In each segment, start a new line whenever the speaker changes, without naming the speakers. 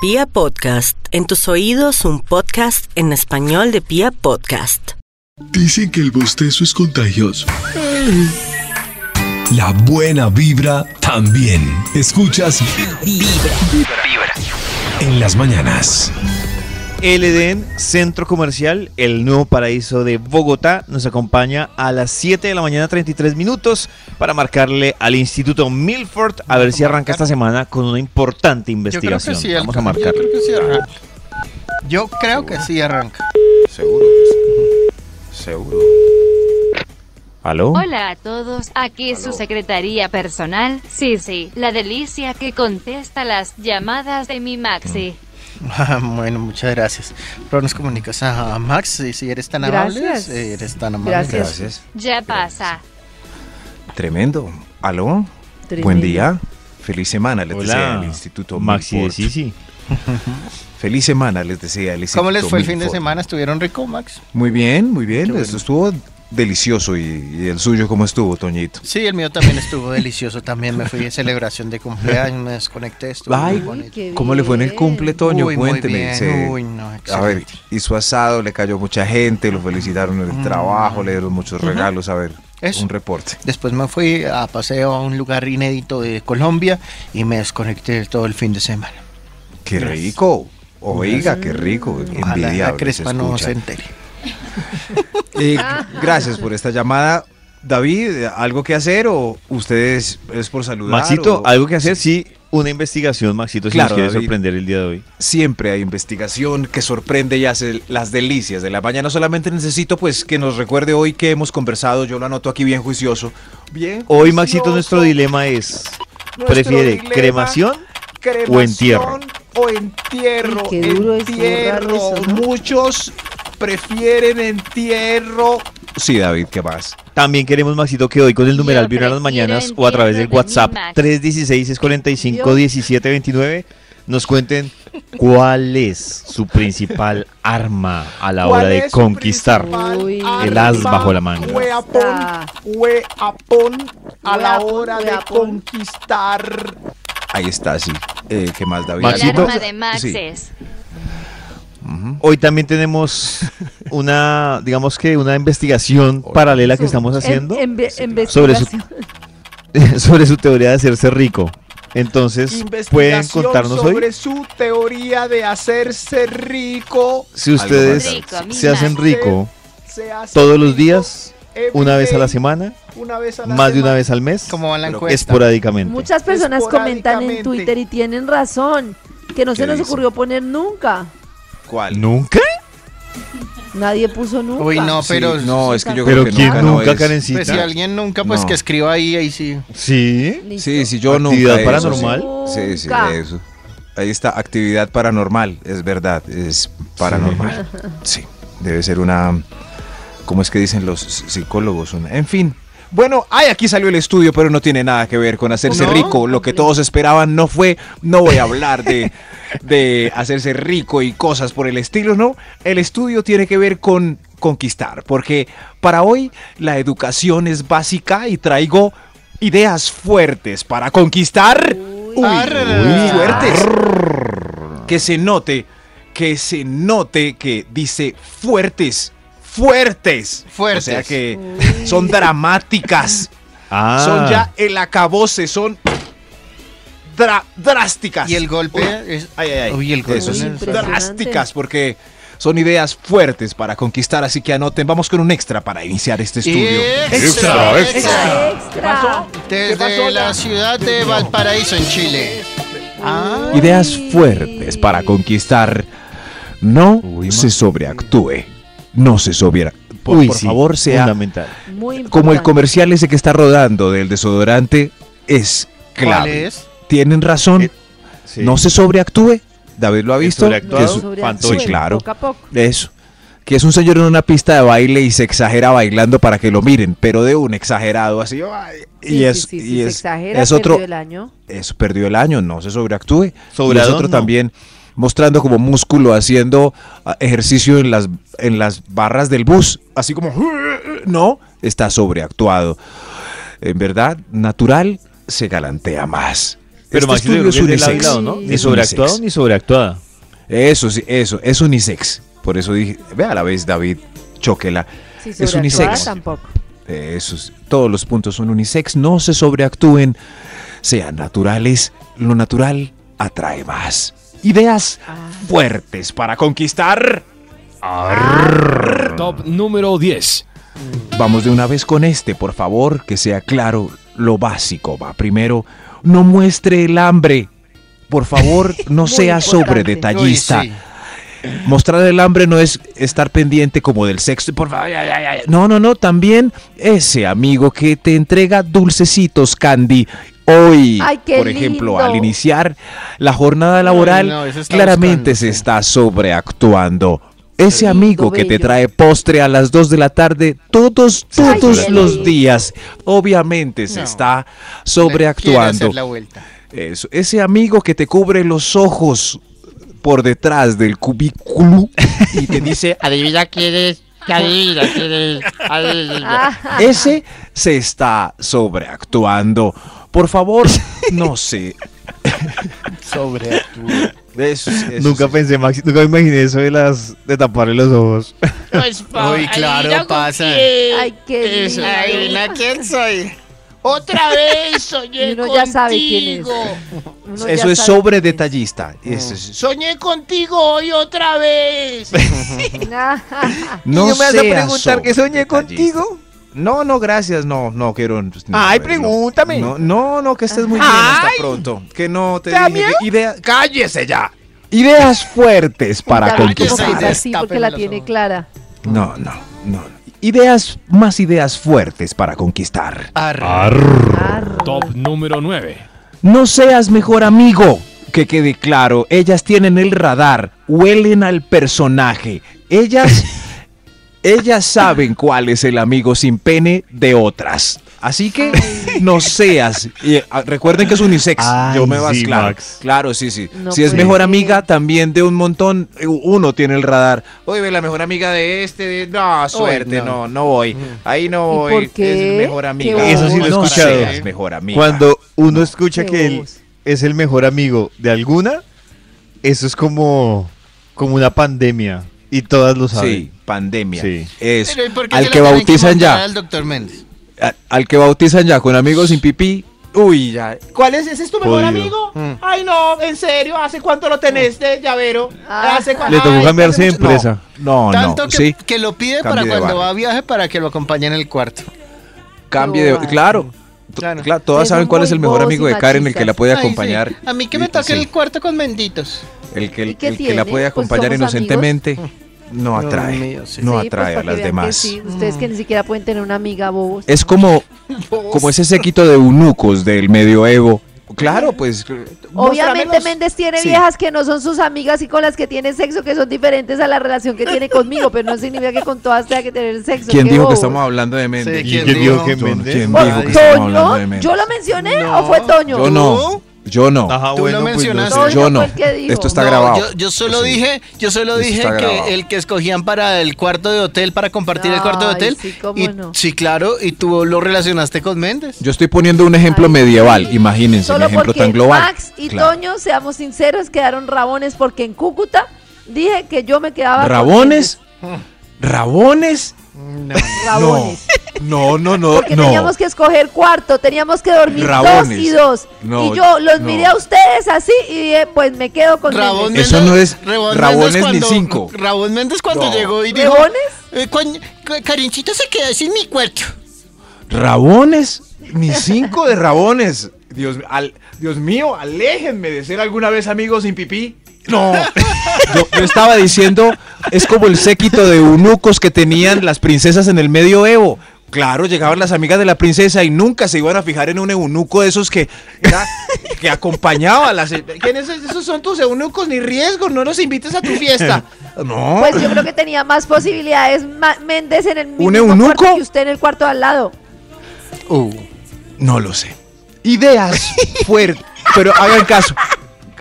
Pia Podcast, en tus oídos un podcast en español de Pia Podcast.
Dicen que el bostezo es contagioso. La buena vibra también. Escuchas Vibra. En las mañanas.
El Edén, centro comercial, el nuevo paraíso de Bogotá, nos acompaña a las 7 de la mañana 33 minutos para marcarle al Instituto Milford a ver si arranca esta semana con una importante
Yo creo que
investigación.
sí,
Vamos a
Alejandro.
marcarle.
Yo creo que sí arranca. Yo creo que sí arranca.
Seguro. Seguro.
¿Aló?
Hola a todos, aquí su secretaría personal, Sisi, la delicia que contesta las llamadas de mi Maxi.
Ah, bueno, muchas gracias. Pero nos comunicas a Max si, si eres tan amable.
Gracias.
eh, Eres tan amable.
Gracias.
Gracias.
Ya pasa.
Tremendo. ¿Aló?
Tremendo.
Buen día. Feliz semana les desea
Hola.
el Instituto
Maxi de
Milford.
Sisi.
Feliz semana les desea el Instituto
¿Cómo les fue el fin de
Milford.
semana? ¿Estuvieron rico, Max?
Muy bien, muy bien.
Qué
Esto estuvo delicioso. Y, y el suyo cómo estuvo, Toñito?
Sí, el mío también estuvo delicioso. También me fui de celebración de cumpleaños, me desconecté. Estuvo muy
Ay,
bonito.
qué
¿Cómo le fue en el
bien.
cumple, Toño?
Uy, muy
Cuénteme.
bien.
se-
Uy, no,
a ver,
excelente. Mm.
hizo asado, le cayó mucha gente, lo felicitaron en el trabajo, le dieron muchos regalos. A ver,
Eso.
un reporte.
Después me fui a paseo a un lugar inédito de Colombia y me desconecté todo el fin de semana.
¡Qué rico! Oiga, qué rico.
Ojalá
Envidiable.
la
se
Crespa no
escucha.
se entere.
Eh, gracias por esta llamada. David, ¿algo que hacer o ustedes es por saludar?
Maxito,
o-
algo que hacer, sí, una investigación, Maxito, si
Claro,
nos quiere
David.
sorprender el día de hoy.
Siempre hay investigación que sorprende y hace las delicias de la mañana. Solamente necesito pues que nos recuerde hoy que hemos conversado. Yo lo anoto aquí bien juicioso. Bien.
Hoy, Maxito, nuestro dilema es, ¿prefiere cremación? o entierro.
O entierro.
Uy, qué duro es, qué raro
entierro.
eso, ¿no?
Muchos prefieren entierro. Sí, David, ¿qué más?
También queremos, Maxito, que hoy con el
Yo
numeral Vibra en las
prefiero
Mañanas o a través del
entierro de mi
WhatsApp
Max.
316-645-1729 nos cuenten cuál es su principal arma a la hora de conquistar
Uy.
el as bajo la manga.
Ah,
a la hora de
Weapon.
conquistar.
Ahí está, sí. Eh, ¿Qué más, David?
El
Maxito.
arma de Max
Sí.
es.
Hoy también tenemos una, digamos que una investigación paralela que estamos haciendo
En- en-
sobre su-
investigación.
sobre su teoría de hacerse rico. Entonces, pueden
Investigación
contarnos
sobre
hoy
su teoría de hacerse rico.
si
Algo
ustedes
más,
Rico, mi
se hacen
Max.
rico
Se hace
todos los
rico
días,
every
una vez a la
day,
semana,
una vez a la
más de una
semana.
vez al mes.
¿Cómo va la
Pero
encuesta?
Esporádicamente.
Muchas personas comentan en
Esporádicamente.
Twitter y tienen razón, que no
¿Qué
se nos
dice?
ocurrió poner nunca.
¿Cuál?
¿Nunca?
Nadie puso nunca.
Uy, no,
Sí,
pero
no, es que yo
Pero
creo que
¿quién nunca,
no es.
Karencita?
pues, si alguien nunca, pues
No.
que escriba ahí, ahí sí.
Sí.
Listo.
Sí, sí, yo nunca.
Actividad
eso,
paranormal.
Sí, sí, sí,
Nunca.
eso. Ahí está, actividad paranormal, es verdad, es paranormal. Sí, debe ser una, ¿cómo es que dicen los psicólogos? Una- en fin. Bueno, ay, aquí salió el estudio, pero no tiene nada que ver con hacerse
¿No?
rico. Lo que todos esperaban no fue, no voy a hablar de, de hacerse rico y cosas por el estilo, no. El estudio tiene que ver con conquistar, porque para hoy la educación es básica y traigo ideas fuertes para conquistar. Uy,
Arr.
fuertes. Que se note, que se note que dice fuertes, fuertes.
Fuertes.
O sea que son dramáticas,
Ah.
son ya el acabose, son dra- drásticas.
Y el golpe
Uy,
es-
ay, ay, ay.
Uy, el golpe
Eso
es
sí,
impresionante.
drásticas porque son ideas fuertes para conquistar, así que anoten, vamos con un extra para iniciar este estudio.
Extra,
Extra, extra.
Desde la ciudad de Valparaíso, en Chile. Ah,
Ideas
Ay.
fuertes para conquistar. No
Uy,
se
ma-
sobreactúe. No se sobre. Por,
Uy,
por
sí,
favor, sea
Fundamental.
Muy importante.
como el comercial ese que está rodando del desodorante es clave.
¿cuál es?
Tienen razón.
Eh, Sí.
No se sobreactúe. David lo ha visto.
Sobreactuado.
que
es
es-
un
sobre-
fantoche.
Sí, claro.
Poco a poco.
Eso. Que es un señor en una pista de baile y se exagera bailando para que lo miren, pero de un exagerado así. ay, y
Sí, sí,
es,
sí, sí,
y
se
es-
exagera,
es otro,
perdió el año.
eso perdió el año, no se sobreactúe.
Sobradón,
y es otro
no.
también mostrando como músculo, haciendo ah, ejercicio en las, en las barras del bus, así como, no, está sobreactuado. En verdad, natural se galantea más.
Pero
este
Maxi Seguro
estudio es
que es de lado y
unisex.
lado, ¿no? Ni
Es
sobreactuado
unisex.
ni sobreactuada.
Eso sí, eso, es unisex. Por eso dije, ve a la vez David Choquela.
Si
Es
sobreactuada
unisex.
Tampoco.
Eh, esos- todos los puntos son unisex, no se sobreactúen, sean naturales, lo natural atrae más. Ideas fuertes para conquistar.
Top número 10.
Vamos de una vez con este, por favor, que sea claro lo básico. Va primero, no muestre el hambre. Por favor, no
Muy
sea
importante.
sobre detallista. Mostrar el hambre no es estar pendiente como del sexo. Por favor, ya, ya, ya. No, no, no. También ese amigo que te entrega dulcecitos, Candy. Hoy,
Ay, qué
por ejemplo,
lindo.
al iniciar la jornada laboral,
no, eso está
claramente
buscando,
se
sí.
está sobreactuando. Ese
Lindo,
amigo que te
bello.
trae postre a las 2 de la tarde todos,
Ay,
todos
qué
los
lindo.
días, obviamente se
No.
está
Quiere
sobreactuando.
hacer la vuelta.
Eso, ese amigo que te cubre los ojos por detrás del cubículo y te dice,
Adivina quién es. Adivina quién es.
Ah,
ese se está sobreactuando. Por favor, no sé.
Sobre
Eso, sí, eso
nunca
sí.
pensé, Maxi, nunca me imaginé eso de las de taparle los ojos.
Uy, claro, pasa.
ay, qué lindo.
Adivina quién soy.
Otra vez soñé
Y uno
contigo.
ya sabe quién es. Uno ya
Eso es
sabe
sobre
quién es.
detallista. Eso sí.
Soñé contigo hoy otra vez.
Ah,
No
¿Y no me vas a
seas
preguntar que soñé
sobredetallista.
contigo?
No, no, gracias, no, no quiero. pues, no,
Ay,
no,
pregúntame.
No, no, no, que estés muy bien hasta pronto. Que no te dije que idea- cállese ya. Ideas fuertes para
David, como que
conquistar.
es así porque la tiene clara.
No, no, no. Ideas, más ideas fuertes para conquistar.
Arr.
Top número 9.
No seas mejor amigo. Que quede claro, ellas tienen el radar, huelen al personaje. Ellas, ellas saben cuál es el amigo sin pene de otras. Así que no seas. y, ah, recuerden que es unisex.
Ay,
yo me vas
sí,
claro.
Max.
Claro, sí, sí.
No
si es
puede
mejor
ser.
amiga también de un montón, eh, uno tiene el radar. Oye, ve, la mejor amiga de este, de- no, suerte,
no.
no. no, voy. Ahí no
¿Y
voy.
por qué?
Es mejor amiga.
Qué Eso sí
Mm. lo he
no
escuchado.
seas mejor amiga.
Cuando uno escucha
Qué
que él
bobos.
es el mejor amigo de alguna, eso es como, como una pandemia. Y todas lo
Sí,
saben.
pandemia.
Sí.
Es
Pero, ¿y por qué
al
se
que
la tienen
bautizan
mostrar
ya,
Al doctor Méndez.
a- al que bautizan ya con amigos sin pipí. Uy, ya.
¿Cuál es? ¿Ese es tu mejor
Jodido.
amigo?
Mm.
Ay, no, en serio, ¿hace cuánto lo tenés de llavero?
Ah.
¿Hace cua-
Le tocó
Ay,
cambiarse de
hace mucho-
empresa.
No,
Tanto
no,
que,
sí.
que lo pide
Cambio
para
de
cuando
barrio.
va a viaje para que lo acompañe en el cuarto.
Cambie de.
Ay.
Claro. t-
Claro.
claro, todas
Es
saben
un
cuál es el mejor
boibos y
amigo de Karen, el que la
machistas.
puede
Ay, sí.
acompañar.
A mí que me
Y-
toque
sí,
el cuarto con menditos.
el que,
¿Y qué
el que la
tiene?
puede
Pues
acompañar
somos
inocentemente. No
Dios
atrae.
mío, sí.
No
Sí, pues,
atrae
para
a
que
las
vean que
demás.
sí, ustedes que ni siquiera pueden tener una amiga bobos.
Es como, como ese séquito de eunucos del medioevo. Claro, pues.
Obviamente
muéstramelos.
Méndez tiene
Sí.
viejas que no son sus amigas y con las que tiene sexo que son diferentes a la relación que tiene conmigo, pero no significa que con todas tenga que tener sexo.
¿Quién
qué
dijo que
bobo.
estamos hablando de Méndez?
Sí,
¿Y quién dijo que Méndez?
¿Quién
¿O
dijo que estamos hablando de
¿Toño?
Méndez?
¿Yo lo mencioné o fue Toño?
Yo no. Yo no.
Ajá,
Tú
bueno,
lo
pues no
mencionaste.
Toño
sé.
yo
fue
no.
el que dijo.
Esto está
No,
grabado.
Yo, yo solo
Eso sí.
dije, yo solo
Eso
dije
está grabado.
que el que escogían para el cuarto de hotel, para compartir el cuarto de
Ay,
hotel.
sí, cómo
y,
no.
Sí, claro, y tú lo relacionaste con Méndez.
Yo estoy poniendo un ejemplo
Ay,
medieval, imagínense, un
Solo
ejemplo
porque
tan global.
Max y
Claro.
Toño, seamos sinceros, quedaron rabones porque en Cúcuta dije que yo me quedaba. con
¿Rabones? ¿Rabones?
Méndez. Rabones.
No, no, no,
Porque
no.
teníamos que escoger cuarto, teníamos que dormir dos
Rabones.
y dos.
No,
y yo los
no.
miré a ustedes así y dije, pues me quedo con
Rabón
Méndez.
Eso
Méndez-
no es
Rabón
Rabones
Méndez
ni
cuando-
cinco.
Rabón Méndez cuando
No.
llegó y dijo,
¿Rabones?
eh, cuan- cu- Karencita se queda sin mi cuarto.
¿Rabones? Ni cinco de rabones. Dios, al- Dios mío, aléjenme de ser alguna vez amigos sin pipí. No. Yo, yo estaba diciendo, es como el séquito de eunucos que tenían las princesas en el medioevo. Claro, llegaban las amigas de la princesa y nunca se iban a fijar en un eunuco de esos que, era- que acompañaba a las.
¿Quiénes es- esos son tus eunucos? Ni riesgo, no los invites a tu fiesta.
No.
Pues yo creo que tenía más posibilidades Ma- Méndez en el mismo
eunuco?
cuarto que usted en el cuarto al lado.
No lo sé. Oh. Ideas fuertes. Pero hagan caso.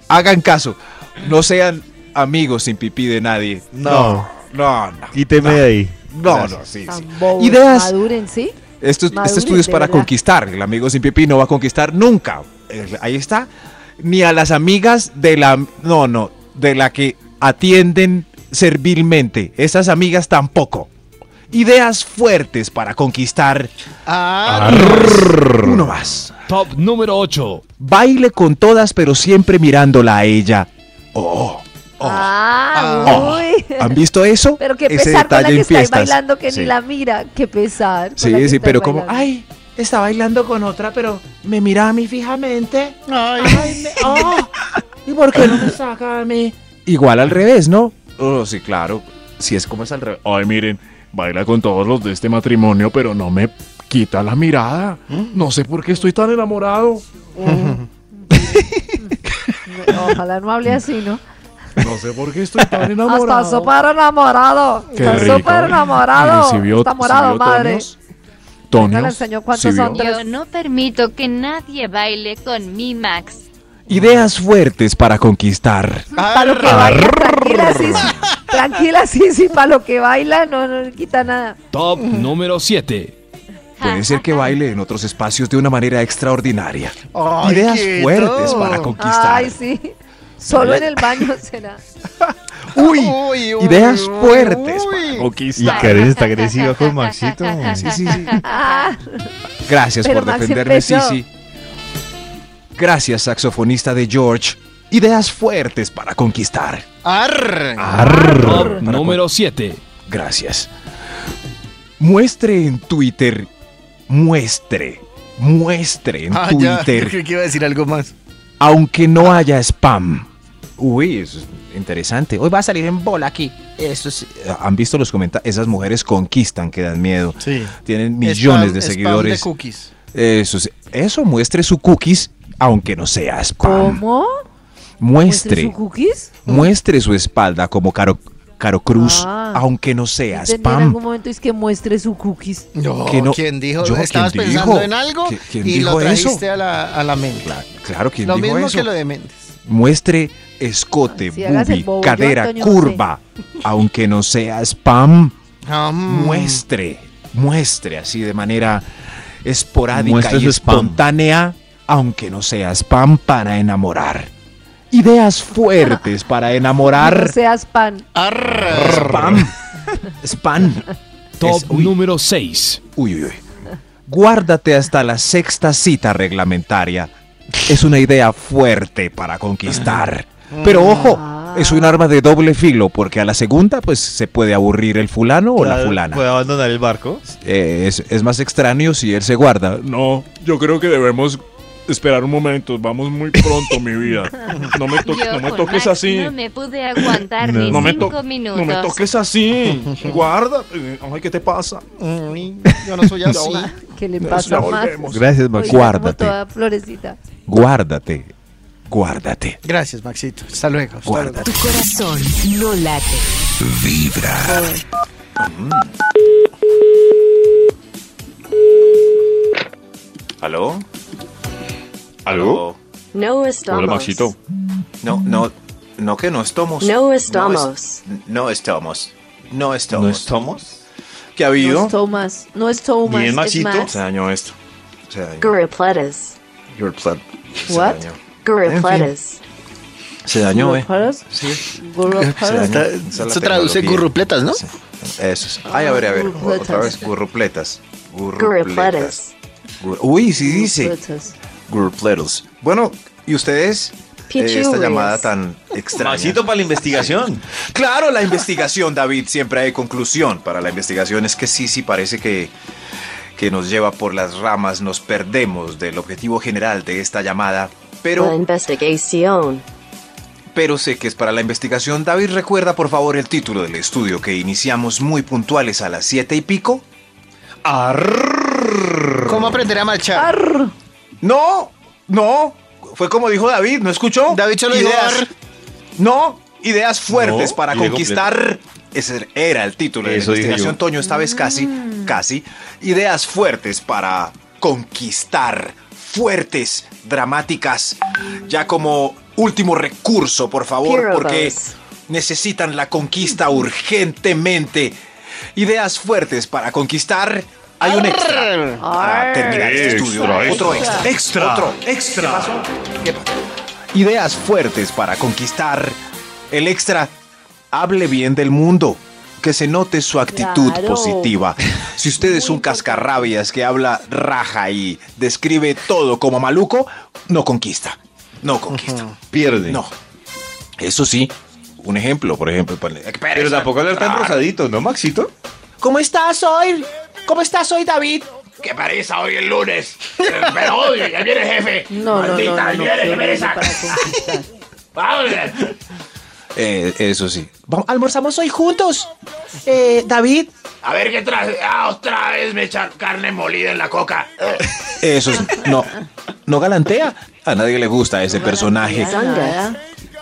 Hagan caso. No sean amigos sin pipí de nadie.
No.
No, no.
Quíteme de ahí.
No, no, sí, sí.
Tan bobos,
Ideas.
maduren, ¿sí?
Esto,
Maduren,
este estudio es
de
para
verdad.
conquistar. El amigo sin pipí no va a conquistar nunca. Eh, ahí está. ni a las amigas de la... No, no, de la que atienden servilmente. Esas amigas tampoco. Ideas fuertes para conquistar.
Ah,
Arr, Uno más.
Top número 8.
Baile con todas, pero siempre mirándola a ella. Oh,
Ah,
oh.
uy.
¿Han visto eso?
Pero qué
Ese
pesar con la
detalle
que
en
está ahí
fiestas.
bailando que
Sí.
ni la mira. Qué pesar. con la que
Sí, sí,
está ahí
pero como,
bailando.
ay, está bailando con otra, pero me mira a mí fijamente.
Ay.
Ay, me-
"Oh,
ah, ¿Y por qué no me saca a mí?
Igual al revés, ¿no? Oh, sí, claro. Si es como es al revés.
Ay, miren, baila con todos los de este matrimonio, pero no me quita la mirada.
¿Mm?
No sé por qué estoy tan enamorado.
No, ojalá no hable así, ¿no?
No sé por qué estoy tan
Hasta súper enamorado.
Qué
Está
rico.
súper enamorado.
Y recibió-
está morado,
recibió
madre.
tonios. Tonios.
Nunca le enseñó cuántos
Sí, vio.
son tres.
Yo no permito que nadie baile con mi Max.
Ideas fuertes para conquistar.
Para lo que baila, tranquila, sí, sí. Tranquila, sí, sí. Para lo que baila, no, no le quita nada.
Top número 7.
Puede ser que baile en otros espacios de una manera extraordinaria.
Ay,
Ideas
quieto.
fuertes para conquistar.
Ay, sí. Solo en el baño será.
Uy,
Uy, uy,
ideas
uy,
fuertes
uy.
para
Y
conquistar.
Karen está agresiva con Maxito.
Sí, sí, sí.
Ah,
Gracias
Pero
por
Max
defenderme,
empezó.
Sisi. Gracias, saxofonista de George. Ideas fuertes para conquistar.
Arr.
Ah,
Top número 7.
Gracias. Muestre en Twitter. Muestre. Muestre en
Ah, ya, yo
Twitter.
creo que iba a decir algo más.
Aunque no haya spam. Uy, eso es interesante. Hoy va a salir en bola aquí. Eso sí. Han visto los comentarios. Esas mujeres conquistan que dan miedo.
Sí.
Tienen millones
Spam-
de
spam
seguidores.
de cookies.
eso, sí. eso muestre su cookies, aunque no sea spam.
¿Cómo? ¿Muestre
Muestre.
sus cookies?
Muestre su espalda como Caro, Caro Cruz,
Ah.
aunque no sea
Entendí En
spam.
algún momento es que muestre sus cookies.
No,
Que no-
¿quién dijo?
yo,
Estabas
¿quién
pensando
dijo?
en algo
¿Qui- quién
y lo
dijo eso?
trajiste a la, a la mente.
Cla- claro, ¿quién
Lo
dijo
mismo
eso?
que lo de Mendes.
Muestre escote,
Ay, sí, hágase el
bubi,
bobo, yo,
cadera,
Antonio, no sé.
curva, aunque no sea spam.
Ah, mm.
Muestre, muestre así de manera esporádica
Muestre
y
su spam.
espontánea, aunque no sea spam para enamorar. Ideas fuertes para
No
enamorar.
seas pan.
Arr.
Spam. Spam.
Top
Es- uy,
número 6.
Uy, uy, uy. Guárdate hasta la sexta cita reglamentaria. Es una idea fuerte para conquistar.
Ah.
Pero ojo, es un arma de doble filo, porque a la segunda, pues se puede aburrir el fulano o la
Claro,
fulana.
¿Puede abandonar el barco?
Eh, es, es más extraño si él se guarda.
No, yo creo que debemos esperar un momento. Vamos muy pronto, mi vida. No me,
Yo con Max No me pude aguantar
No.
ni
No
me
cinco
to-
minutos.
No me toques así. Guarda. Ay, ¿qué te pasa?
Mm, Yo no soy así.
¿Qué le pasa más?
Gracias, Maxito.
Guárdate.
Toda florecita.
Guárdate. Guárdate.
Gracias, Maxito. Hasta luego. Hasta luego.
Guárdate.
Tu corazón no late.
¿Aló?
¿Aló?
No estamos.
Hola, Maxito.
No, no, no que no estamos.
No estamos.
No estamos. No estamos.
¿No estamos?
¿Qué ha
No es Thomas. No es Thomas.
Bien,
es
Maxito.
más.
Se dañó esto. Se dañó.
Gurupletas.
Your plan. Se
What?
dañó.
Gurupletas.
Se dañó, eh.
¿Gurupletas?
Sí.
¿Gurupletas?
Se dañó.
Está-
Esa es la
Eso traduce
tecnología.
gurrupletas, ¿no?
Sí. Eso es. Ay, a ver, a ver. o- Otra vez, gurrupletas. Gurrupletas.
Gurupletas.
Gur- Uy, sí dice.
Gurupletas.
Gurrupletas. Bueno, ¿y ustedes? Eh, esta
Pichurrias.
llamada tan extraña.
Maxito para la investigación.
Claro, la investigación, David, siempre hay conclusión para la investigación. Es que sí, sí, parece que, que nos lleva por las ramas, nos perdemos del objetivo general de esta llamada.
La
Pero,
investigación.
pero sé que es para la investigación. David, recuerda por favor el título del estudio que iniciamos muy puntuales a las siete y pico. Arr.
¿Cómo aprender a marchar?
Arr.
No, no. Fue como dijo David, ¿no escuchó?
David solo dijo
Ideas-
ar.
No, ideas fuertes
No,
para
y llegó
conquistar. Ese era el título de la
Eso dije
investigación,
yo.
Toño, esta vez casi,
Mm.
casi. Ideas fuertes para conquistar. Fuertes, dramáticas. Ya como último recurso, por favor,
Hero
porque
Boys.
necesitan la conquista urgentemente. Ideas fuertes para conquistar. Hay un extra. Ah, Para terminar este estudio. Otro extra. Extra. Otro extra. ¿Qué pasó? ¿Qué pasó? Ideas fuertes para conquistar el extra. Hable bien del mundo. Que se note su actitud
Claro.
positiva. Si usted es un cascarrabias que habla raja y describe todo como maluco, no conquista. No conquista.
Pierde.
No. Eso sí. Un ejemplo, por ejemplo. ponle-
Pero tampoco hablar tan rosadito, ¿no, Maxito?
¿Cómo estás hoy? ¿Cómo estás hoy, David?
¡Qué pereza hoy el lunes! ¡Pero odio! ¡Ya viene el jefe!
No, no, no,
¡Maldita,
no, no,
viene,
qué
qué pereza!
Vamos.
Eh, eso sí.
Almorzamos hoy juntos. Eh, David.
A ver qué trae. Ah, otra vez me echan carne molida en la coca.
Eso sí. No. No galantea. A nadie le gusta ese personaje.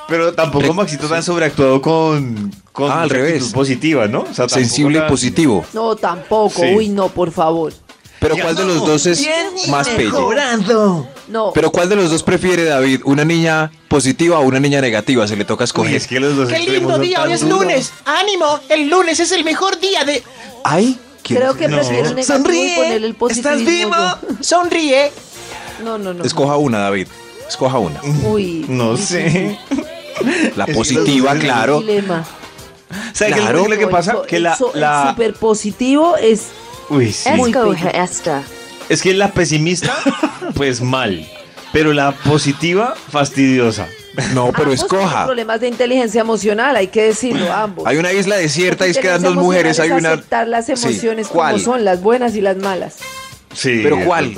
Pero tampoco Maxito tan sobreactuado con, con
Ah, al
actitud
revés.
positiva, ¿no? O sea, tampoco
Sensible y
la-
positivo.
No, tampoco.
Sí.
Uy, no, por favor.
Pero ¿cuál de los dos es más bello?
No.
Pero ¿cuál de los dos prefiere David? ¿Una niña positiva o una niña negativa? Se le toca escoger. es
que los dos
¡Qué lindo día! Hoy es lunes. ¡Ánimo! El lunes es el mejor día de.
Ay, ¿quién
Creo
es?
que prefiero un negativo y
Sonríe.
ponerle el positivismo.
¿Estás vivo?
yo.
Sonríe.
No, no, no.
Escoja una, David. Escoja una.
Uy.
No sé.
La positiva, claro.
Dilema.
¿Sabes qué es lo-
Claro.
qué es lo que pasa?
So-
Que
el
la,
so- el
la-
superpositivo es
Uy, sí.
muy
Escoja
bello.
esta.
Es que la pesimista, pues mal. Pero la positiva, fastidiosa.
No, pero
Ambos tienen problemas de inteligencia emocional, hay que decirlo, ambos.
Hay una isla desierta y
Inteligencia
quedan dos mujeres. Hay
emocional es
una.
aceptar las
Sí,
emociones como
¿cuál?
son, las buenas y las malas.
Sí.
¿Pero cuál?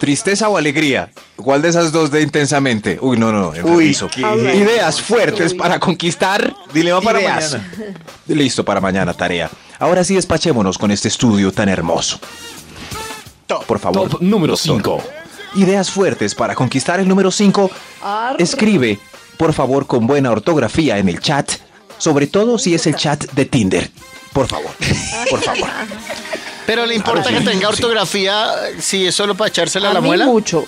¿Tristeza o alegría? ¿Cuál de esas dos de intensamente? Uy, no, no. enfermizo.
qué-
Ideas fuertes para conquistar.
Dilema para
ideas.
mañana.
Listo para mañana, tarea. Ahora sí, despachémonos con este estudio tan hermoso. Por favor.
Top número
doctor.
5.
Ideas fuertes para conquistar el número 5. Escribe, por favor, con buena ortografía en el chat, sobre todo si es el chat de Tinder. Por favor, por favor.
Pero le importa
Claro,
que
sí,
tenga
sí.
ortografía si es solo para echársela a la
mí
muela.
mucho.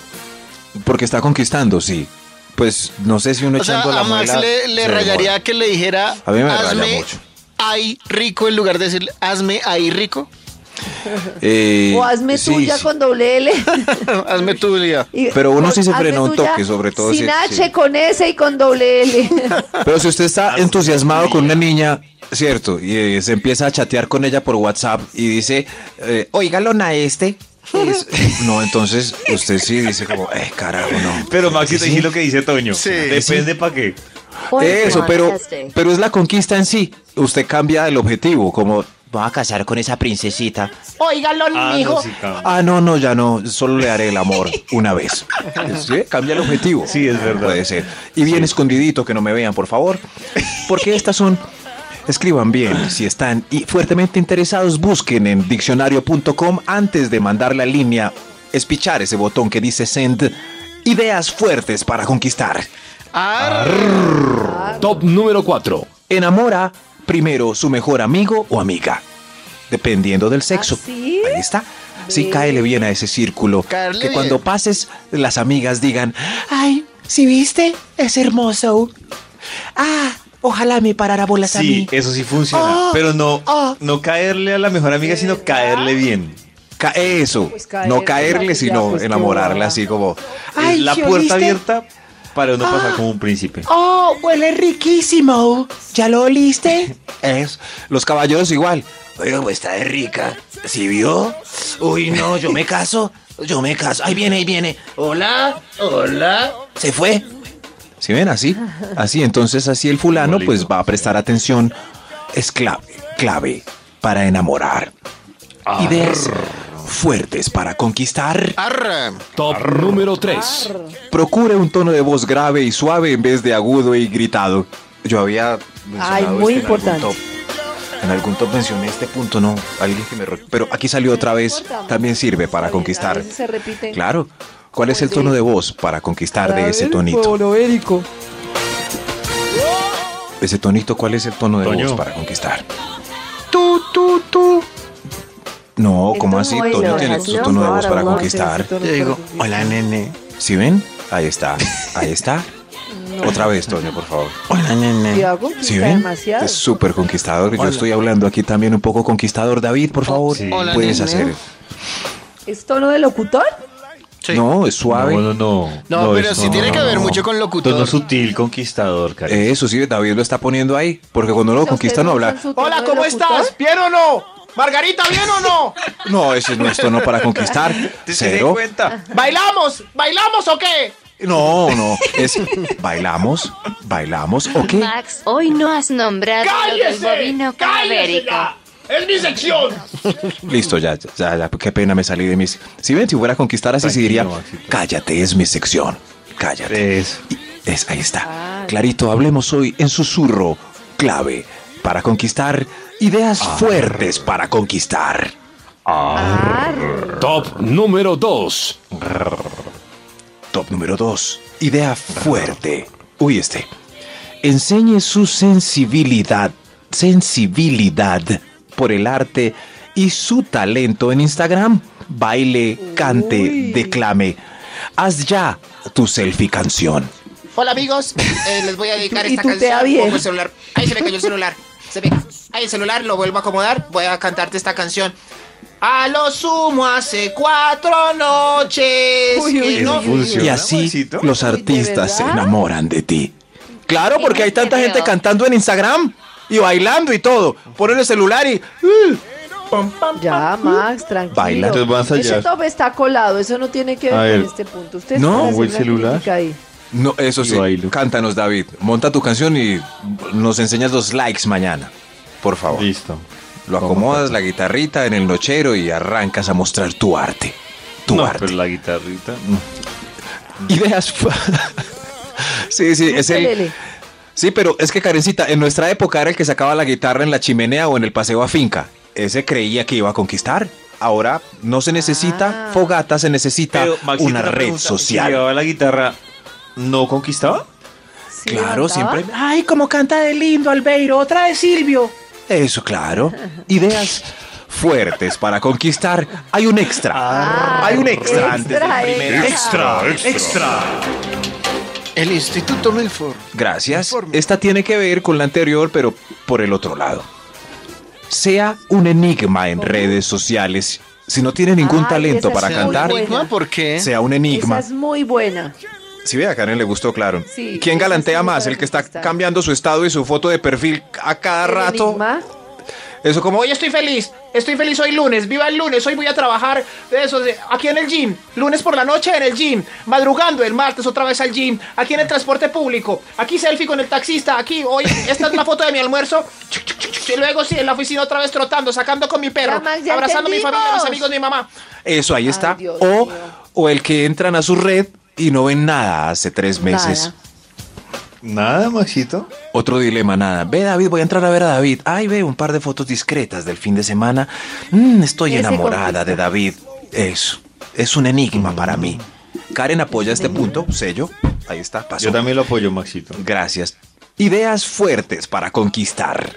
Porque está conquistando, sí. Pues no sé si uno
O sea,
echando la
a Max
muela
le, le
se
rayaría
demora.
que le dijera
A mí me raya
hazme
mucho.
ahí rico en lugar de decir hazme ahí rico.
Eh,
o hazme
sí,
tuya
sí.
con doble L.
hazme tuya.
Y-
Pero uno sí se
hazme
frena un
tuya
toque, sobre todo
Sin
si-
H,
sí.
con S y con doble L.
Pero si usted está entusiasmado con una niña, cierto, y eh, se empieza a chatear con ella por WhatsApp y dice, eh, oiga, lona este. es-". No, entonces usted sí dice como, eh, carajo, no.
Pero Maxito, sí. lo que dice Toño. Depende para qué.
Eso, este. pero, pero es la conquista en sí. Usted cambia el objetivo, como, voy a casar con esa princesita.
Óigalo,
Ah, no,
mijo.
sí, Ah, no, no, ya no, solo le haré el amor una vez. Sí, Cambia el objetivo. Sí, es verdad. Puede ser. Y bien escondidito, que no me vean, por favor. Porque estas son... Escriban bien, si están y fuertemente interesados, busquen en diccionario.com antes de mandar la línea, espichar ese botón que dice send, ideas fuertes para conquistar. Top número 4. Enamora primero su mejor amigo o amiga, dependiendo del sexo. Ahí está. Sí, cáele bien a ese círculo.
Caerle
que
bien.
cuando pases, las amigas digan,
Ay, si viste, es hermoso. Ah, ojalá me parara bolas a
Sí,
mí.
eso sí funciona.
Oh,
pero no,
oh.
no caerle a la mejor amiga, sino caerle bien.
Ah,
eso.
caerle,
no caerle,
pues, ya,
sino
pues, qué
enamorarla así como... eh,
Es
Ay,
la
¿sí
puerta
oíste?
abierta para no pasar
Ah.
como un príncipe.
Oh, huele riquísimo. ¿Ya lo oliste?
Es. Los caballeros igual.
Oiga, pues está de rica. ¿Sí vio? Uy, no, yo me caso. Yo me caso. Ahí viene, ahí viene. Hola, hola.
Se fue. ¿Sí ven? Así. Así. Entonces, así el fulano, pues va a prestar atención. Es clave, clave para enamorar. Ideas fuertes para conquistar.
Top número 3.
Procure un tono de voz grave y suave en vez de agudo y gritado. Yo había mencionado
Ay, muy
este En
importante.
algún, top, en algún top mencioné este punto, no, alguien que me re- pero aquí salió otra vez, también sirve para
A
conquistar.
veces se repiten.
Claro. ¿Cuál es el tono de voz para conquistar de ese tonito?
Bolobérico.
Ese tonito, ¿cuál es el tono de
Toño.
voz para conquistar?
Tú, tú, tú.
No, como
tono
así?
de
Toño
voz.
tiene
No,
su tono de voz
ahora
para
no.
conquistar.
Yo digo,
hola, nene. ¿Sí ven? Ahí está, ahí está. Otra vez, Toño, por favor. Hola, nene.
Cuidado, conquista
¿Sí ven?
demasiado.
Es súper conquistador. Yo
Hola.
estoy hablando aquí también un poco conquistador. David, por favor,
Hola,
puedes
nene.
hacer.
¿Es tono de locutor?
No, es suave.
No, no, no.
No, pero
es-
sí tiene que ver mucho con locutor.
Tono sutil, conquistador, cara.
Eso sí, David lo está poniendo ahí, porque cuando uno lo conquista no habla.
Hola, ¿cómo estás? ¿Bien o no? Margarita, ¿bien o no?
No, ese no es tono para conquistar. Cero.
¿Bailamos? ¿Bailamos o qué?
No, no. Es bailamos, bailamos, ok.
Max, hoy no has nombrado lo del
¡Cállese!
bovino cadavérico.
¡Es mi sección!
Listo, ya, ya, ya, ya, Qué pena me salí de mis. Si ven, si fuera a conquistar así, sí diría: Cállate, es mi sección. Cállate. Y es- ahí está. Clarito, hablemos hoy en susurro clave para conquistar ideas fuertes para conquistar. Ah.
Ah,
Top número 2.
Top número 2. Idea fuerte. Uy, este. Enseñe su sensibilidad, sensibilidad por el arte y su talento en Instagram. Baile, cante, declame. Haz ya tu selfie canción.
Hola amigos, Eh, les voy a dedicar
Y
esta
tú te
canción.
avies.
Pongo el celular. Ahí se me cayó el celular. Se me... Ahí el celular, lo vuelvo a acomodar. Voy a cantarte esta canción. A lo sumo hace cuatro noches. que no-
y así los artistas se enamoran de ti. Claro, porque hay tanta gente cantando en Instagram y bailando y todo. Ponen el celular y... "Uh,
Ya, Max, tranquilo.
Baila. Entonces vas allá.
Ese top está colado, eso no tiene que
A
ver
ver.
con este punto. Usted
No,
está
o el
haciendo una
celular.
crítica ahí.
No, eso sí. Cántanos, David. Monta tu canción y nos enseñas los likes mañana. Por favor. Listo. Lo acomodas la guitarrita en el nochero y arrancas a mostrar tu arte. Tu arte. Pero pues la guitarrita. Ideas. fu- sí, sí, es el.
Ukelele.
Sí, pero es que Karencita, en nuestra época era el que sacaba la guitarra en la chimenea o en el paseo a finca. Ese creía que iba a conquistar. Ahora no se necesita fogata, se necesita
Pero, Maxito,
una red
pregunta,
social.
¿Si llevaba la guitarra, ¿no conquistaba?
Claro, siempre
Ay, como canta de lindo Albeiro, otra de Silvio.
Eso, claro. Ideas fuertes para conquistar. Hay un extra.
Ah,
Ah, Hay un extra, antes del
extra,
primer
extra.
acto.
Extra, extra.
El Instituto Milford.
Gracias. Esta tiene que ver con la anterior, pero por el otro lado. Sea un enigma en redes sociales. Si no tiene ningún
Ay, esa
talento
es
para
muy
cantar,
buena.
¿por
¿eh?
qué? Sea un enigma.
Esa es muy buena.
Si ve a Karen le gustó, claro.
Sí,
¿Quién
esa
galantea
sí
más?
para
¿El que está
conquistar.
cambiando su estado y su foto de perfil a cada
¿El
rato?
enigma?
Eso como,
Hoy estoy feliz, estoy feliz hoy lunes, viva el lunes, hoy voy a trabajar de eso, de- aquí en el gym, lunes por la noche en el gym, madrugando el martes otra vez al gym, aquí en el transporte público, aquí selfie con el taxista, aquí hoy, esta es la foto de mi almuerzo, chuc, chuc, chuc, chuc, y luego sí, en la oficina otra vez trotando, sacando con mi perro,
Max, ya
abrazando a mi familia, a mis
entendimos.
amigos, mi mamá.
Eso, ahí está. o, o el que entran a su red y no ven nada hace tres meses.
Nada, Maxito.
Otro dilema, nada. Ve, David, voy a entrar a ver a David. Ay, ve, un par de fotos discretas del fin de semana. Mm, estoy
Ese
enamorada de David. Eso. Es un enigma para mí. Karen apoya este punto, sello. Ahí está, pasó. Yo también lo apoyo, Maxito. Gracias. Ideas fuertes para conquistar.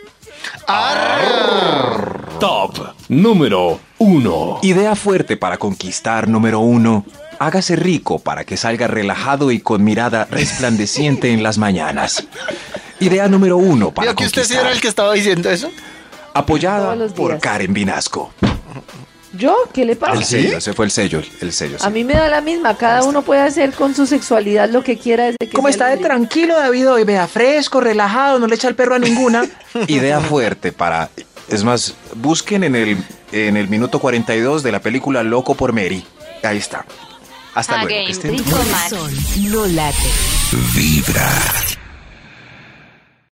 Top número uno. Idea fuerte para conquistar número uno. Hágase rico para que salga relajado y con mirada resplandeciente en las mañanas. Idea número uno para
Vio que usted sí era el que
estaba diciendo eso. Apoyada
Todos los
por
días.
Karen Vinasco.
¿Yo? ¿Qué le
¿Ah,
pasa?
El sello, ese fue el sello, el sello.
A mí me da la misma, cada uno puede hacer con su sexualidad lo que quiera desde que
Como
sea
está de
libre.
tranquilo David hoy, vea, fresco, relajado, no le echa el perro a ninguna.
Idea fuerte para... Es más, busquen en el, en el minuto 42 de la película Loco por Mary. Ahí
Ah,
está. Hasta luego. que
Again,
estén-
rico Max.
No late.
Vibra.